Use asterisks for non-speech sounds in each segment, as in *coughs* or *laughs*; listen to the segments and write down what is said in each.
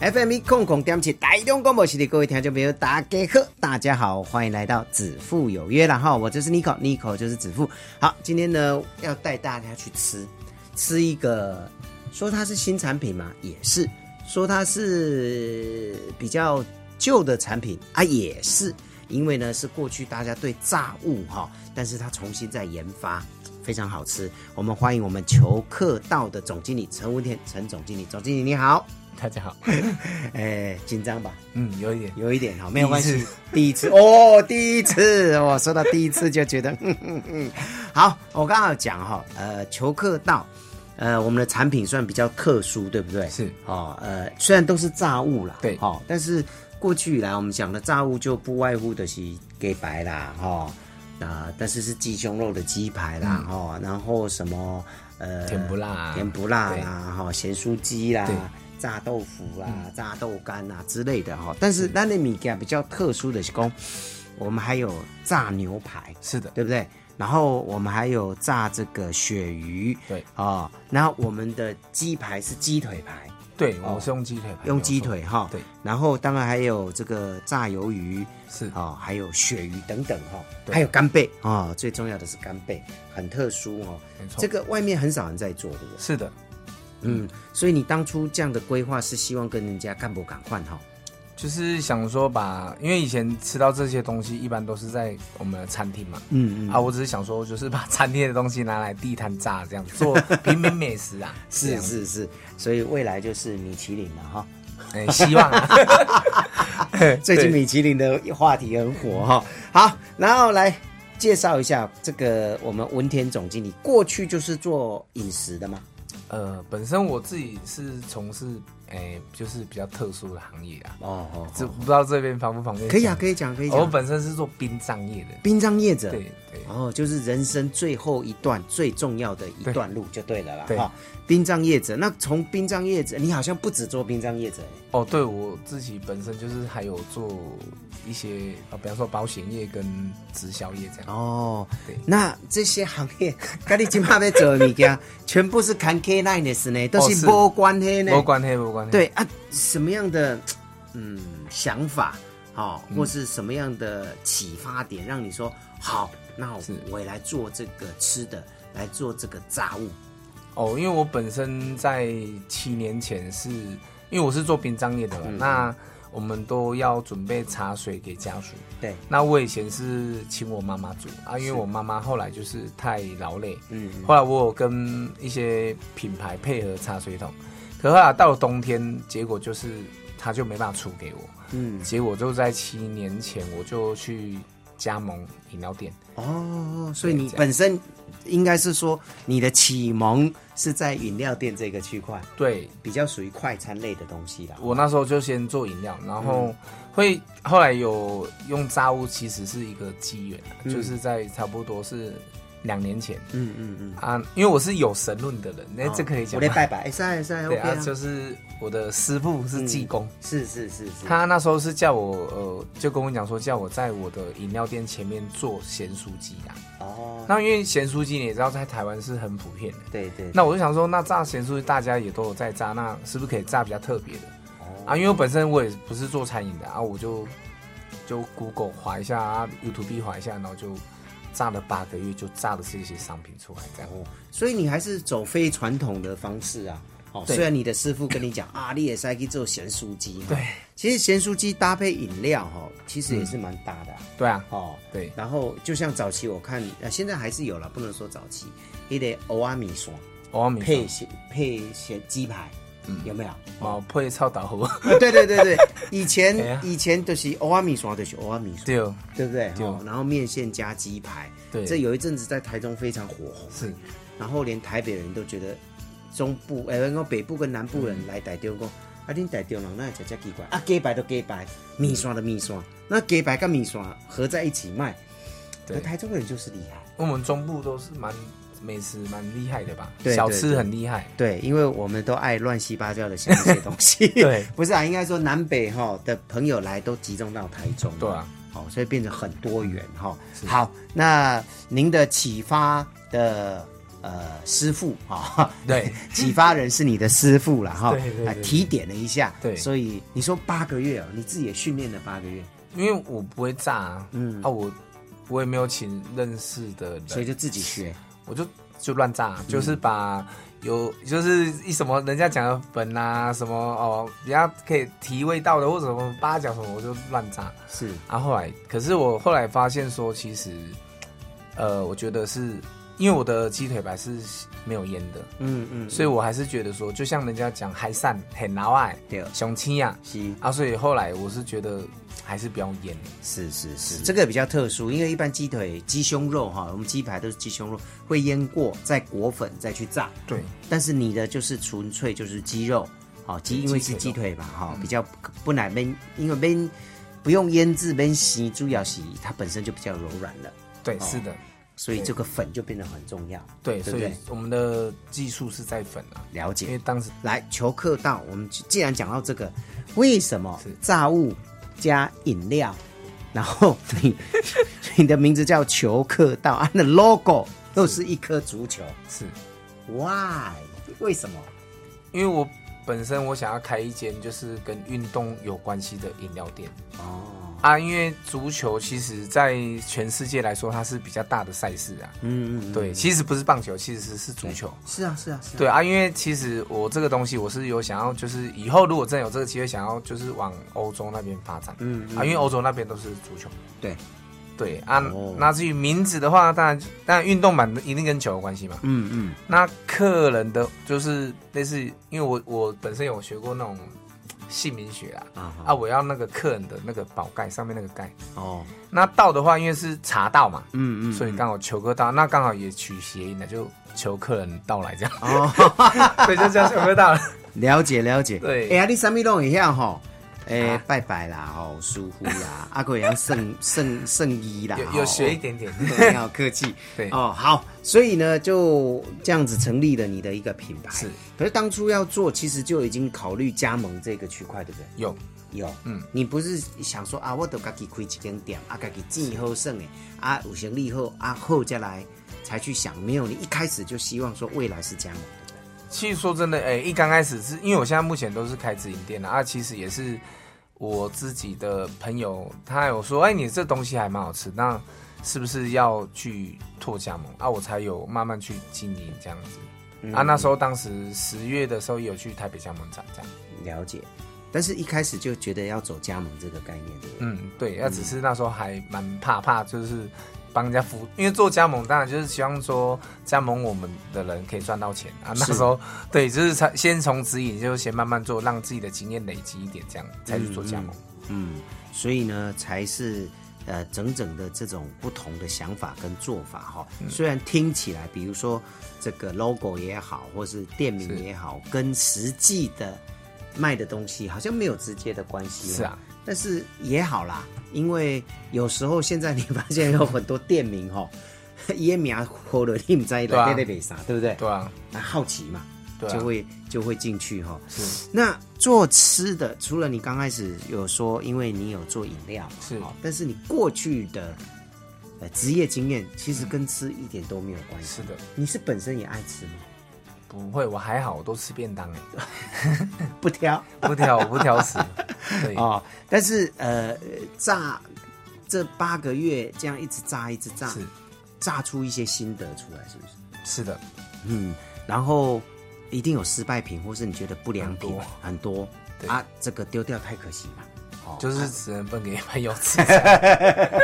FM 一空空点起台中广播系的各位听众朋友，大家好，大家好，欢迎来到子父有约啦哈，我就是 Nico，Nico 就是子父。好，今天呢要带大家去吃吃一个，说它是新产品嘛，也是；说它是比较旧的产品啊，也是。因为呢是过去大家对炸物哈、但是它重新再研发，非常好吃。我们欢迎我们求客道的总经理陈文田，陈总经理，总经理你好。 *laughs* 大家好，哎，紧张吧，嗯，有一点，有一点哈，没有第关一次系，第一次 *laughs* 哦，第一次，我说到第一次就觉得， *laughs* 嗯嗯嗯，好，我刚好讲哈，呃，求客道，呃，我们的产品算比较特殊，对不对？是哦，呃，虽然都是炸物啦，对哦，但是过去以来我们讲的炸物就不外乎的是给白啦，哦，啊、但是是鸡胸肉的鸡排啦，哦，然后什么呃，嗯甜不辣啊甜不辣啦，哈，咸酥鸡啦对。嗯炸豆腐啦、炸豆干啊之类的哈，但是那那米家比较特殊的是讲，我们还有炸牛排，是的，对不对？然后我们还有炸这个鳕鱼，对哦，然后我们的鸡排是鸡腿排，对，哦我是用鸡腿排，用鸡腿哈、对，然后当然还有这个炸鱿鱼，是哦，还有鳕鱼等等哈、嗯对还有干贝哦，最重要的是干贝，很特殊哦，没错，这个外面很少人在做的，是的，嗯，所以你当初这样的规划是希望跟人家干不赶换哈、就是想说把，因为以前吃到这些东西，一般都是在我们的餐厅嘛，嗯嗯，啊，我只是想说，就是把餐厅的东西拿来地摊炸，这样 *laughs* 做平民美食啊，这是样，是是，所以未来就是米其林了哈、哎，希望啊， *laughs* 最近 *laughs* 对米其林的话题很火哈、好，然后来介绍一下这个我们文田总经理，过去就是做饮食的吗？呃，本身我自己是从事，哎，就是比较特殊的行业啊，哦哦这不知道这边方不方便？可以啊，以，可以讲，可以我讲。本身是做殡葬业的，殡葬业者，对对，哦，就是人生最后一段最重要的一对段路就对了啦。对哈，殡葬业者，那从殡葬业者，你好像不只做殡葬业者，哦，对我自己本身就是还有做一些，呃，比方说保险业跟直销业这样。哦对，那这些行业，跟你今嘛要做的物件，全部是看 K line 的事呢，都哦是是无关系呢。没关系，没关系。对，啊，什么样的嗯想法，哦，嗯或是什么样的启发点，让你说好，那我是我也来做这个吃的，来做这个炸物。哦，因为我本身在七年前是，因为我是做殡葬业的嗯嘛，那我们都要准备茶水给家属。对，那我以前是请我妈妈煮啊，因为我妈妈后来就是太劳累，嗯，后来我有跟一些品牌配合茶水桶，可后来到了冬天，结果就是他就没办法出给我，嗯，结果就在七年前我就去加盟饮料店，哦，所以对你这样本身应该是说你的启蒙是在饮料店这个区块，对比较属于快餐类的东西啦。我那时候就先做饮料，然后会后来有用炸物，其实是一个机缘啊、就是在差不多是两年前嗯嗯嗯，啊，因为我是有神论的人，那、这可以我讲来吗？拜拜，哎，塞塞对，OK 啊，啊，嗯就是我的师傅是济公。是是是是，他那时候是叫我，呃，就跟我讲说，叫我在我的饮料店前面做咸酥鸡啊。哦，那因为咸酥鸡你也知道，在台湾是很普遍的，对对，那我就想说，那炸咸酥鸡大家也都有在炸，那是不是可以炸比较特别的、哦啊？因为我本身我也不是做餐饮的啊，我就就 Google 划一下啊，YouTube 划一下，然后就炸了八个月，就炸了这些商品出来，这样。哦，所以你还是走非传统的方式啊。哦，对虽然你的师傅跟你讲啊，你也是可以做咸酥 *laughs* 鸡，对，其实咸酥鸡搭配饮料哈、哦，其实也是蛮搭的啊、对啊，哦。嗯对，然后就像早期我看，呃，现在还是有了，不能说早期，一得欧阿米刷欧米配咸配咸鸡排，有没有？哦配臭豆腐， *laughs* 呃对对对对，以哎前呀以前都是欧阿米刷，就是欧阿米刷，对，对不对？对哦，然后面线加鸡排，对这有一阵子在台中非常火红，是然后连台北人都觉得中部，哎、欸，我北部跟南部嗯人来台中讲，啊，恁台中人那吃这奇怪，啊，鸡排都鸡排，面线的面线，那鸡排跟面线合在一起卖，对可台中人就是厉害。我们中部都是蛮美食蛮厉害的吧？对小对吃对很厉害。对，因为我们都爱乱七八糟的想一些东西。 *laughs* 对， *laughs* 不是啊，应该说南北哈的朋友来都集中到台中。对啊，哦，所以变得很多元哈、是好，那您的启发的呃师傅啊，对， *laughs* 启发人是你的师傅了哈，对对对啊对提点了一下。对所以你说八个月哦，你自己也训练了八个月，因为我不会炸、啊，嗯啊，我我也没有请认识的人，所以就自己学。我就就乱炸，嗯就是把有就是一什么人家讲的粉啊，什么哦，人家可以提味道的或者什么八角什么，我就乱炸。是，啊，后来可是我后来发现说，其实，呃，我觉得是因为我的鸡腿白是没有腌的，嗯嗯，所以我还是觉得说，就像人家讲海散很老爱对雄青呀是啊，所以后来我是觉得还是不要腌。是是是，这个比较特殊，因为一般鸡腿、鸡胸肉哈，我们鸡排都是鸡胸肉，会腌过，再裹粉，再去炸。对，但是你的就是纯粹就是鸡肉，好、鸡因为是鸡腿嘛，嗯哈、比较不不难焖，因为焖不用腌制焖洗，猪要洗它本身就比较柔软了，对，是的，所以这个粉就变得很重要。对，哦对所不以对？我们的技术是在粉啊，了因为解。当时来求客道，我们既然讲到这个，为什么是炸物加饮料，然后你 *laughs* 你的名字叫求客道，啊，那 logo 都是一颗足球是，why？为什么？因为我本身我想要开一间就是跟运动有关系的饮料店哦，啊，因为足球其实在全世界来说它是比较大的赛事啊，嗯嗯，嗯，对，其实不是棒球，其实是足球。是啊是啊是啊，对啊，因为其实我这个东西我是有想要，就是以后如果真的有这个机会，想要就是往欧洲那边发展，嗯嗯啊，因为欧洲那边都是足球，对，对啊，哦那至于名字的话，当然当然运动版的一定跟球有关系嘛。嗯嗯，那客人的就是类似，因为我我本身有学过那种姓名学啊，啊啊，我要那个客人的那个宝盖上面那个盖，哦，那道的话，因为是茶道嘛，嗯嗯，所以刚好求客到，那刚好也取谐音的，就求客人到来这样，哦， *laughs* 所以就叫求客到了。了解了解，对哎呀，你什么拢会晓吼？哎，拜拜啦，吼，疏忽啦，啊，个会晓圣圣圣医啦，哦有有学一点，点 *laughs* 点，你好客气，对哦，好，所以呢，就这样子成立了你的一个品牌，是，可是当初要做，其实就已经考虑加盟这个区块，对不对？有有，嗯，你不是想说啊，我都家己开一间店，啊，家己进后胜诶，啊，有生意后啊后再来才去想，没有，你一开始就希望说未来是加盟，对不其实说真的，哎、一刚开始是因为我现在目前都是开直营店的啊，其实也是我自己的朋友，他有说，哎、你这东西还蛮好吃，那是不是要去拓加盟啊？我才有慢慢去经营这样子、啊。那时候当时十月的时候有去台北加盟展这样，对？了解，但是一开始就觉得要走加盟这个概念，对不对？嗯，对，那、只是那时候还蛮怕怕，就是帮人家服，因为做加盟当然就是希望说加盟我们的人可以赚到钱啊。那时候对，就是才先从指引，就先慢慢做，让自己的经验累积一点，这样才去做加盟。嗯，所以呢，才是呃整整的这种不同的想法跟做法哈、虽然听起来，比如说这个 logo 也好，或是店名是也好，跟实际的卖的东西好像没有直接的关系。是啊，但是也好啦，因为有时候现在你发现有很多店名哈、也名或者你不知对啊来对对啥，对不对？对啊，那好奇嘛，对啊就会就会进去哈、是那做吃的，除了你刚开始有说，因为你有做饮料，是哦但是你过去的呃职业经验其实跟吃一点都没有关系。是的，你是本身也爱吃吗？ *laughs* 不会，我还好，我都吃便当哎，不挑不挑，我不挑食。对， *laughs* 哦，但是呃，炸这八个月这样一直炸一直炸是，炸出一些心得出来，是不是？是的，嗯，然后一定有失败品，或是你觉得不良品很多对啊，这个丢掉太可惜嘛。哦就是只能分给朋友 *laughs* 吃，会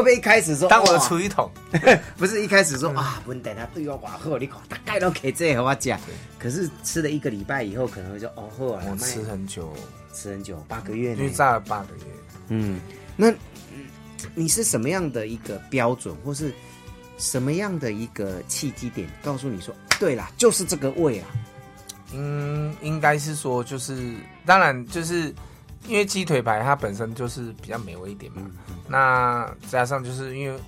不会一开始说当我的哇厨余桶。不是一开始嗯说啊，本等他对我寡好，你看大概都给这给我讲。可是吃了一个礼拜以后，可能会说哦，好啊，我那吃很久，吃很久，八个月因为呢。炸了八个月。嗯，那嗯你是什么样的一个标准，或是什么样的一个契机点，告诉你说，对啦，就是这个味啊啦。嗯，应该是说就是，当然就是因为鸡腿排它本身就是比较美味一点嘛，那加上就是因为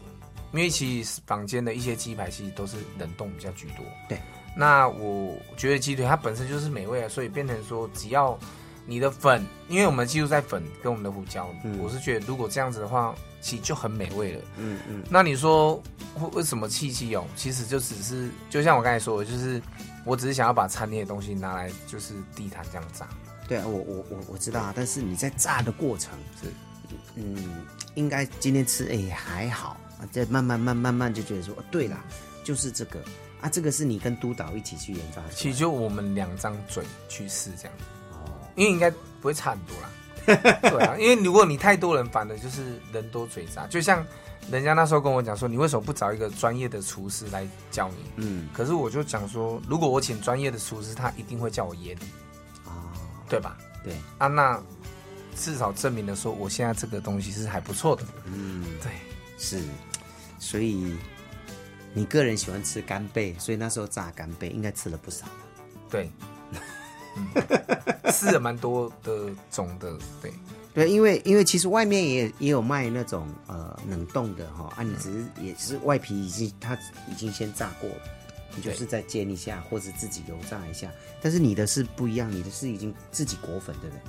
因为其实坊间的一些鸡排其实都是冷冻比较居多。对，那我觉得鸡腿它本身就是美味啊，所以变成说只要你的粉，因为我们技术在粉跟我们的胡椒，我是觉得如果这样子的话，其实就很美味了。嗯嗯，那你说为为什么气息有？其实就只是就像我刚才说的，就是我只是想要把餐厅的东西拿来就是地毯这样炸。对啊，我我我我知道啊，但是你在炸的过程是，嗯，应该今天吃哎、也还好啊，再慢慢慢慢慢就觉得说，哦对啦，就是这个啊，这个是你跟督导一起去研发出来的，其实就我们两张嘴去试这样，哦因为应该不会差很多啦。 *laughs* 对啊，因为如果你太多人，反而就是人多嘴杂。就像人家那时候跟我讲说，你为什么不找一个专业的厨师来教你？嗯可是我就讲说，如果我请专业的厨师，他一定会叫我腌，啊、对吧？对，啊，那至少证明了说，我现在这个东西是还不错的。嗯对，是，所以你个人喜欢吃干贝，所以那时候炸干贝应该吃了不少吧。啊对，嗯、试了蛮多的种的，对。对，因为因为其实外面也也有卖那种呃冷冻的哈，啊，你只是也是外皮已经它已经先炸过了，你就是再煎一下或者自己油炸一下，但是你的是不一样，你的是已经自己裹粉，对不对？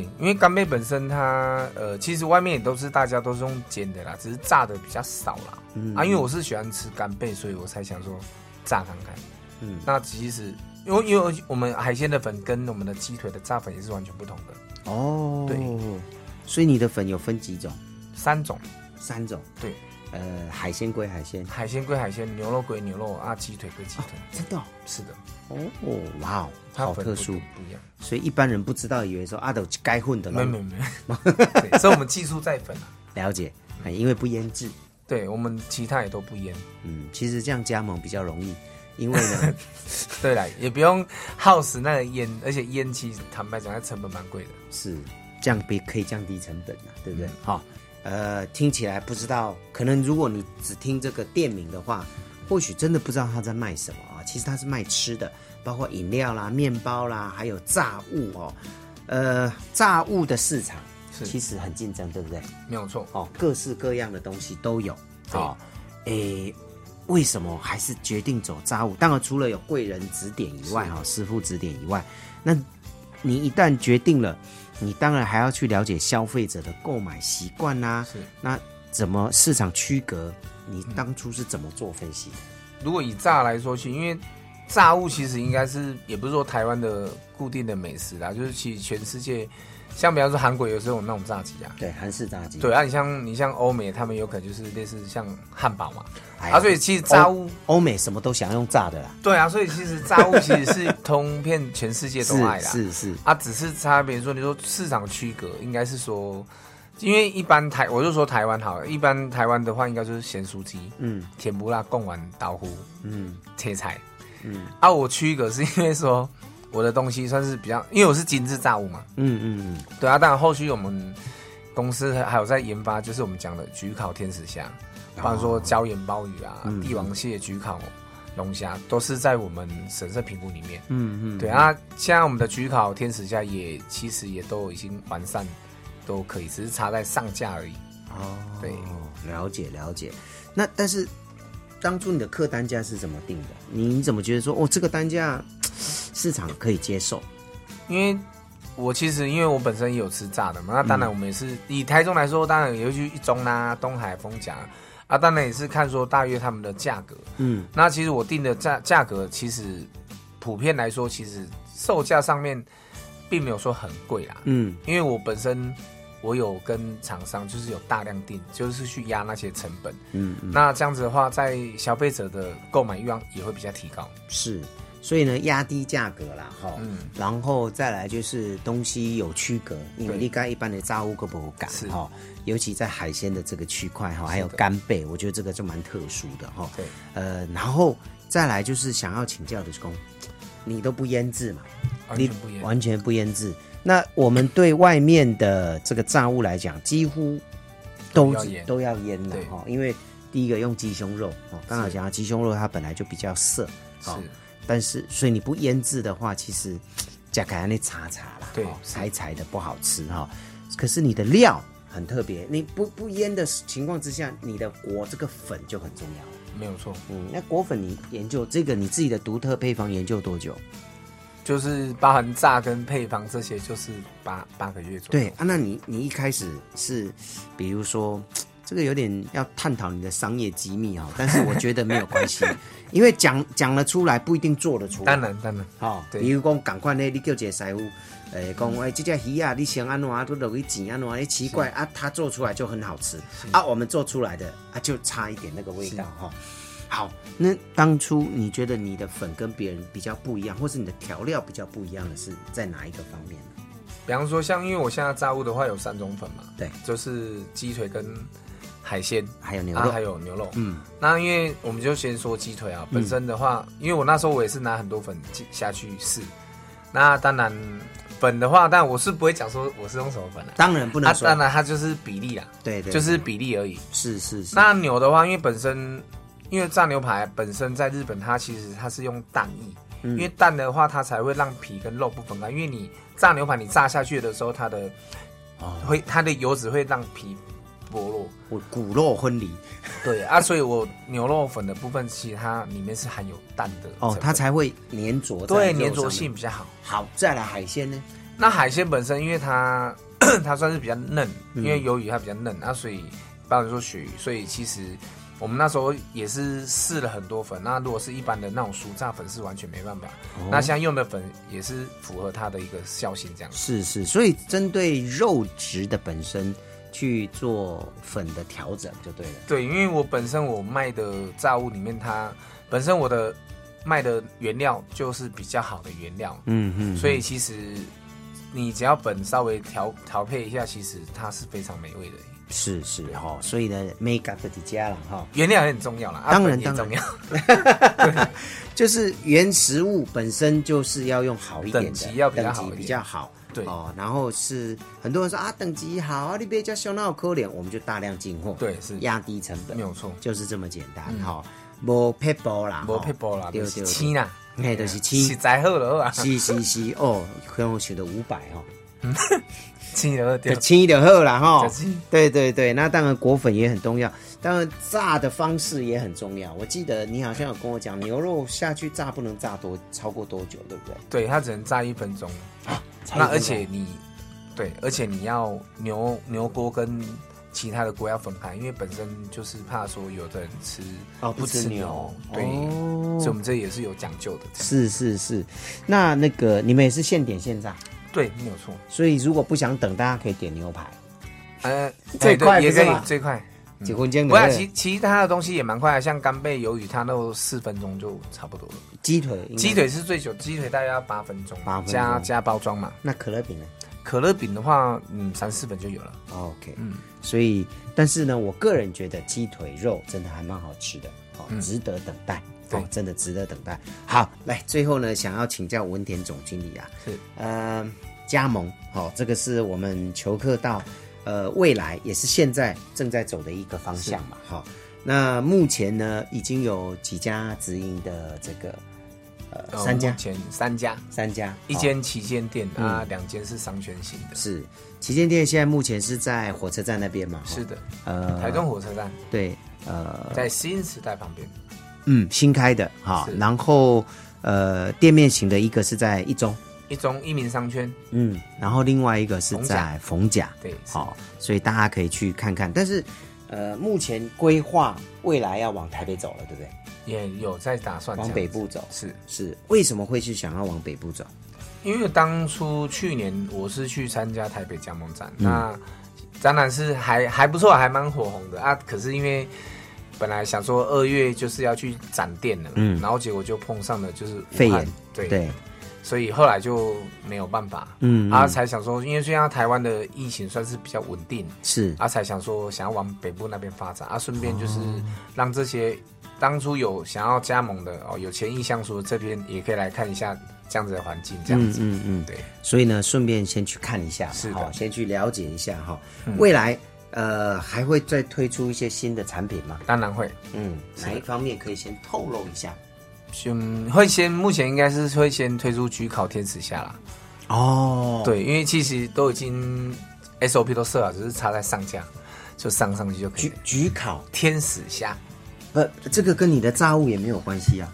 对，因为干贝本身它呃，其实外面也都是大家都是用煎的啦，只是炸的比较少啦。嗯啊，因为我是喜欢吃干贝，所以我才想说炸看看。嗯那其实因为因为我们海鲜的粉跟我们的鸡腿的炸粉也是完全不同的，哦对，所以你的粉有分几种？三种。三种，对，呃，海鲜归海鲜，海鲜归海鲜，牛肉归牛肉啊，鸡腿归鸡腿。真的哦，是的，哦哇哦，它好粉特不殊，不一样。所以一般人不知道，以为说阿斗该混的没了，没没，对，所以我们技术在粉 *laughs* 啊。了解，哎因为不腌制。对我们其他也都不腌，嗯，其实这样加盟比较容易，因为 *laughs* 呢，对啦，也不用耗时那个腌，而且腌其实坦白讲，它成本蛮贵的。是这样比可以降低成本嘛，对嗯不对？好、呃，听起来不知道，可能如果你只听这个店名的话，或许真的不知道他在卖什么啊。其实他是卖吃的，包括饮料啦、面包啦，还有炸物哦。呃，炸物的市场是其实很竞争，对不对？没有错，哦，各式各样的东西都有。对哦，诶，为什么还是决定走炸物？当然，除了有贵人指点以外，哈、师傅指点以外，那你一旦决定了，你当然还要去了解消费者的购买习惯呐、是那怎么市场区隔？你当初是怎么做分析的？如果以炸来说去，因为炸物其实应该是也不是说台湾的固定的美食啦，就是其实全世界，像比方说韩国有时候有那种炸鸡啊，对，韩式炸鸡。对啊，你像你像欧美，他们有可能就是类似像汉堡嘛，哎呀啊，所以其实炸物，欧欧美什么都想用炸的啦，对啊，所以其实炸物其实是通遍全世界都爱 *laughs* 啦，是是，啊，只是差别说你说市场区隔，应该是说。因为一般台，我就说台湾好了。一般台湾的话，应该就是咸酥鸡、嗯甜不辣、贡丸、刀糊、嗯切菜，嗯啊，我区隔是因为说我的东西算是比较，因为我是精致炸物嘛，嗯嗯对啊。当然后续我们公司还有在研发，就是我们讲的焗烤天使虾，比方说椒盐鲍鱼啊、哦嗯帝王蟹焗烤龙虾，都是在我们神社评估里面。嗯嗯，对啊，现在我们的焗烤天使虾也其实也都已经完善，都可以，只是差在上架而已。哦，对，了解了解。那但是当初你的客单价是怎么定的？你你怎么觉得说哦，这个单价市场可以接受？因为我其实因为我本身也有吃炸的嘛，那嗯当然我们也是、以台中来说，当然也会去一中啦、东海、丰甲啊，当然也是看说大约他们的价格。嗯，那其实我定的价价格，其实普遍来说，其实售价上面并没有说很贵啦，嗯因为我本身。我有跟厂商就是有大量订，就是去压那些成本。嗯嗯，那这样子的话，在消费者的购买欲望也会比较提高。是。所以呢，压低价格啦，哈，嗯然后再来就是东西有区隔，因为对你刚一般的炸物可不敢是哈，尤其在海鲜的这个区块哈，还有是的干贝，我觉得这个就蛮特殊的哈。对，呃，然后再来就是想要请教的是公，你都不腌制嘛，完全不一样。完全不腌制。那我们对外面的这个炸物来讲，几乎都都要只腌都要腌了对哈，因为第一个用鸡胸肉哦，刚好是讲到鸡胸肉它本来就比较涩，是哦但是所以你不腌制的话，其实加凯那查查啦，对哦是柴柴的不好吃哈、可是你的料很很特别。你不不腌的情况之下，你的裹这个粉就很重要。没有错，嗯，那裹粉你研究这个你自己的独特配方研究多久？就是包含炸跟配方这些，就是八八个月左右。对啊，那你你一开始是，比如说这个有点要探讨你的商业机密啊、哦，但是我觉得没有关 *laughs* 系，因为讲讲了出来不一定做得出来。当然当然，吼、对比如讲，赶快呢，你叫一个师傅，诶、讲诶，这只鱼啊，你先安怎啊，都落去煎安怎啊，诶，奇怪啊，他做出来就很好吃啊，我们做出来的啊，就差一点那个味道哈、吼好，那当初你觉得你的粉跟别人比较不一样，或是你的调料比较不一样的是在哪一个方面呢？比方说像因为我现在炸物的话有三种粉嘛，对，就是鸡腿跟海鲜，还有牛啊肉，还有牛肉。嗯，那因为我们就先说鸡腿啊，本身的话，因为我那时候我也是拿很多粉进下去试，那当然粉的话，但我是不会讲说我是用什么粉的、啊，当然不能啊，说，当然它就是比例啦，对对，就对是比例而已。是是是，那牛的话，因为本身因为炸牛排本身在日本，它其实它是用蛋液，嗯因为蛋的话，它才会让皮跟肉不分开。因为你炸牛排，你炸下去的时候，它的哦，会它的油脂会让皮剥落。我骨肉分离对啊，所以我牛肉粉的部分，其实它里面是含有蛋的成哦，分它才会粘着在对肉粘着上性面。比较好。好，再来海鲜呢？那海鲜本身，因为它 *coughs* 它算是比较嫩，嗯因为鱿鱼它比较嫩，那、所以包括说鳕鱼，所以其实我们那时候也是试了很多粉。那如果是一般的那种酥炸粉是完全没办法，那现在用的粉也是符合它的一个效性这样子。是是，所以针对肉质的本身去做粉的调整就对了。对，因为我本身我卖的炸物里面它本身我的卖的原料就是比较好的原料，嗯嗯所以其实你只要本稍微调调配一下，其实它是非常美味的。是是哈、哦，所以呢，mega 的底加了哈， *laughs* 原料也很重要啦，啊当然粉也当然重要， *laughs* 就是原食物本身就是要用好一点的，等级要比较好一等点级比较好。对哦，然后是很多人说啊，等级好啊，你别叫香料可怜，我们就大量进货，对是压低成本，没有错嗯就是这么简单哈。无 p e 啦，无 p e 啦，对就对是对青，啦，嘿，就是实青，在好了啊，是是是，哦，可能我选的五百哦。 *laughs* 青了对就，轻就好啦哈就轻。对对对，那当然裹粉也很重要，当然炸的方式也很重要。我记得你好像有跟我讲，牛肉下去炸不能炸多超过多久，对不对？对，它只能炸一分钟。差那不多而且你，对，而且你要牛牛锅跟其他的锅要分开，因为本身就是怕说有的人吃哦不吃吃牛对，哦所以我们这也是有讲究的。是是是，那那个你们也是现点现炸，对，没有错。所以如果不想等，大家可以点牛排。呃，最哎对快也不是可以吗最快。嗯结婚间不要，对其其他的东西也蛮快的，啊像干贝、鱿鱼，它都四分钟就差不多了。鸡腿，鸡，腿是最久，鸡腿大概要八分钟，八分钟加加包装嘛。那可乐饼呢可乐饼的话，嗯，三四本就有了。 ？OK，嗯所以但是呢，我个人觉得鸡腿肉真的还蛮好吃的，哦，值得等待，嗯对哦，真的值得等待。好，来最后呢，想要请教文田总经理啊，是，呃，加盟，好、这个是我们求客到，呃，未来也是现在正在走的一个方向嘛，好、那目前呢，已经有几家直营的这个，呃，呃三家哦目，前三家，三家，一好间旗舰店啊，两间是商圈型的。是旗舰店，现在目前是在火车站那边嘛，哦是，的，呃，台中火车站对，呃，在新时代旁边，嗯，新开的哈是，然后呃，店面型的一个是在一中，一中一民商圈。嗯，然后另外一个是在逢甲，对是好、所以大家可以去看看。但是呃，目前规划未来要往台北走了，对不对？也有在打算这往样北子部走是是为什么会去想要往北部走？因为当初去年我是去参加台北加盟展，嗯那展览是还还不错，还蛮火红的啊。可是因为本来想说二月就是要去展店了，嗯然后结果就碰上了就是武汉肺炎，对，对，所以后来就没有办法，嗯啊才想说，因为现在台湾的疫情算是比较稳定，是啊才想说想要往北部那边发展，啊顺便就是让这些当初有想要加盟的哦，有钱意向书这边也可以来看一下这样子的环境，这样子，嗯嗯嗯对。所以呢，顺便先去看一下，是的嗯好，先去了解一下哈、未来呃还会再推出一些新的产品吗？当然会，嗯，哪一方面可以先透露一下？嗯，会先目前应该是会先推出焗烤天使虾啦。哦，对，因为其实都已经 SOP 都设好，只是插在上架，就上上去就可以焗了。焗烤，天使虾，不，这个跟你的炸物也没有关系啊。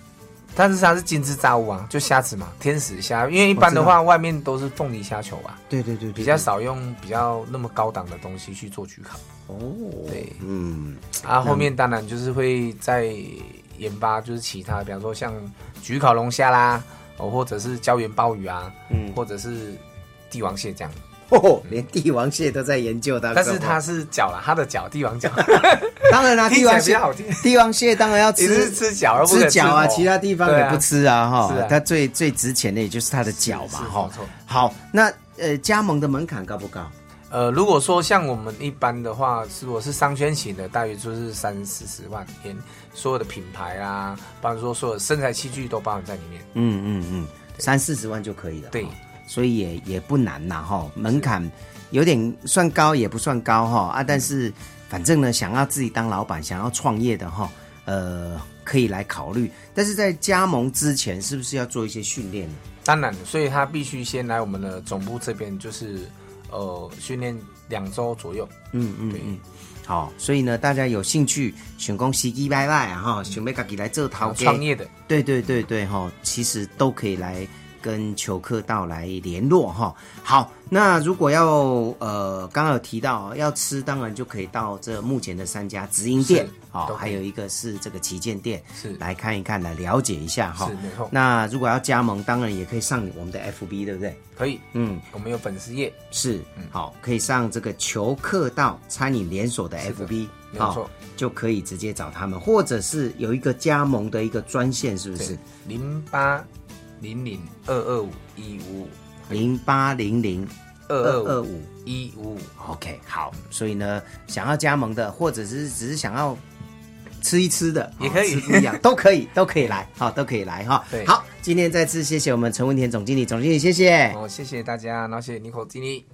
但是它是金枝炸物啊，就虾子嘛，天使虾。因为一般的我知话，外面都是凤梨虾球啊，对对对对，比较少用比较那么高档的东西去做焗烤。哦。对，嗯，啊，后面当然就是会再研发，就是其他，比方说像焗烤龙虾啦，哦，或者是椒盐鲍鱼啊，嗯，或者是帝王蟹这样。哦，连帝王蟹都在研究它，但是它是脚啦，它的脚，帝王脚， *laughs* 当然啦，听帝起来王比蟹较好听。帝王蟹当然要你吃是吃脚，而不是吃脚啊，头其他地方对也啊不吃啊，是哈啊。它最最值钱的也就是它的脚嘛，是是哈没错。好，那呃，加盟的门槛高不高？呃，如果说像我们一般的话，是我是商圈型的，大约就是三四十万元，所有的品牌啊，包括说所有身材器具都包含在里面。嗯嗯嗯，三四十万就可以了。对哈，所以也也不难呐哈，门槛有点算高也不算高哈嗯啊，但是反正呢，想要自己当老板，想要创业的哈，呃，可以来考虑。但是在加盟之前，是不是要做一些训练呢？当然，所以他必须先来我们的总部这边，就是呃训练两周左右。嗯嗯对，嗯，好，所以呢，大家有兴趣想讲洗鸡拜拜啊哈，想要自己来做然头后家创业的，对对对对哈，其实都可以来跟裘客道来联络哈。好，那如果要呃，刚刚有提到要吃，当然就可以到这目前的三家直营店是哦，都可以还有一个是这个旗舰店，是来看一看，来了解一下哈是。没错，那如果要加盟，当然也可以上我们的 FB，对不对？可以。嗯，我们有粉丝页，是，嗯好，可以上这个裘客道餐饮连锁的是的 FB，没好错就可以直接找他们，或者是有一个加盟的一个专线，是不是？零八零零二二五一五零八零零二二二二五五。一五五， OK，好，所以呢，想要加盟的，或者是只是想要吃一吃的，也哦可以吃不一 *laughs* 样，都可以，都可以来，好，都可以来哈。对好，今天再次谢谢我们陈文田总经理，总经理谢谢。哦，谢谢大家，然后谢谢 n i c o 经理。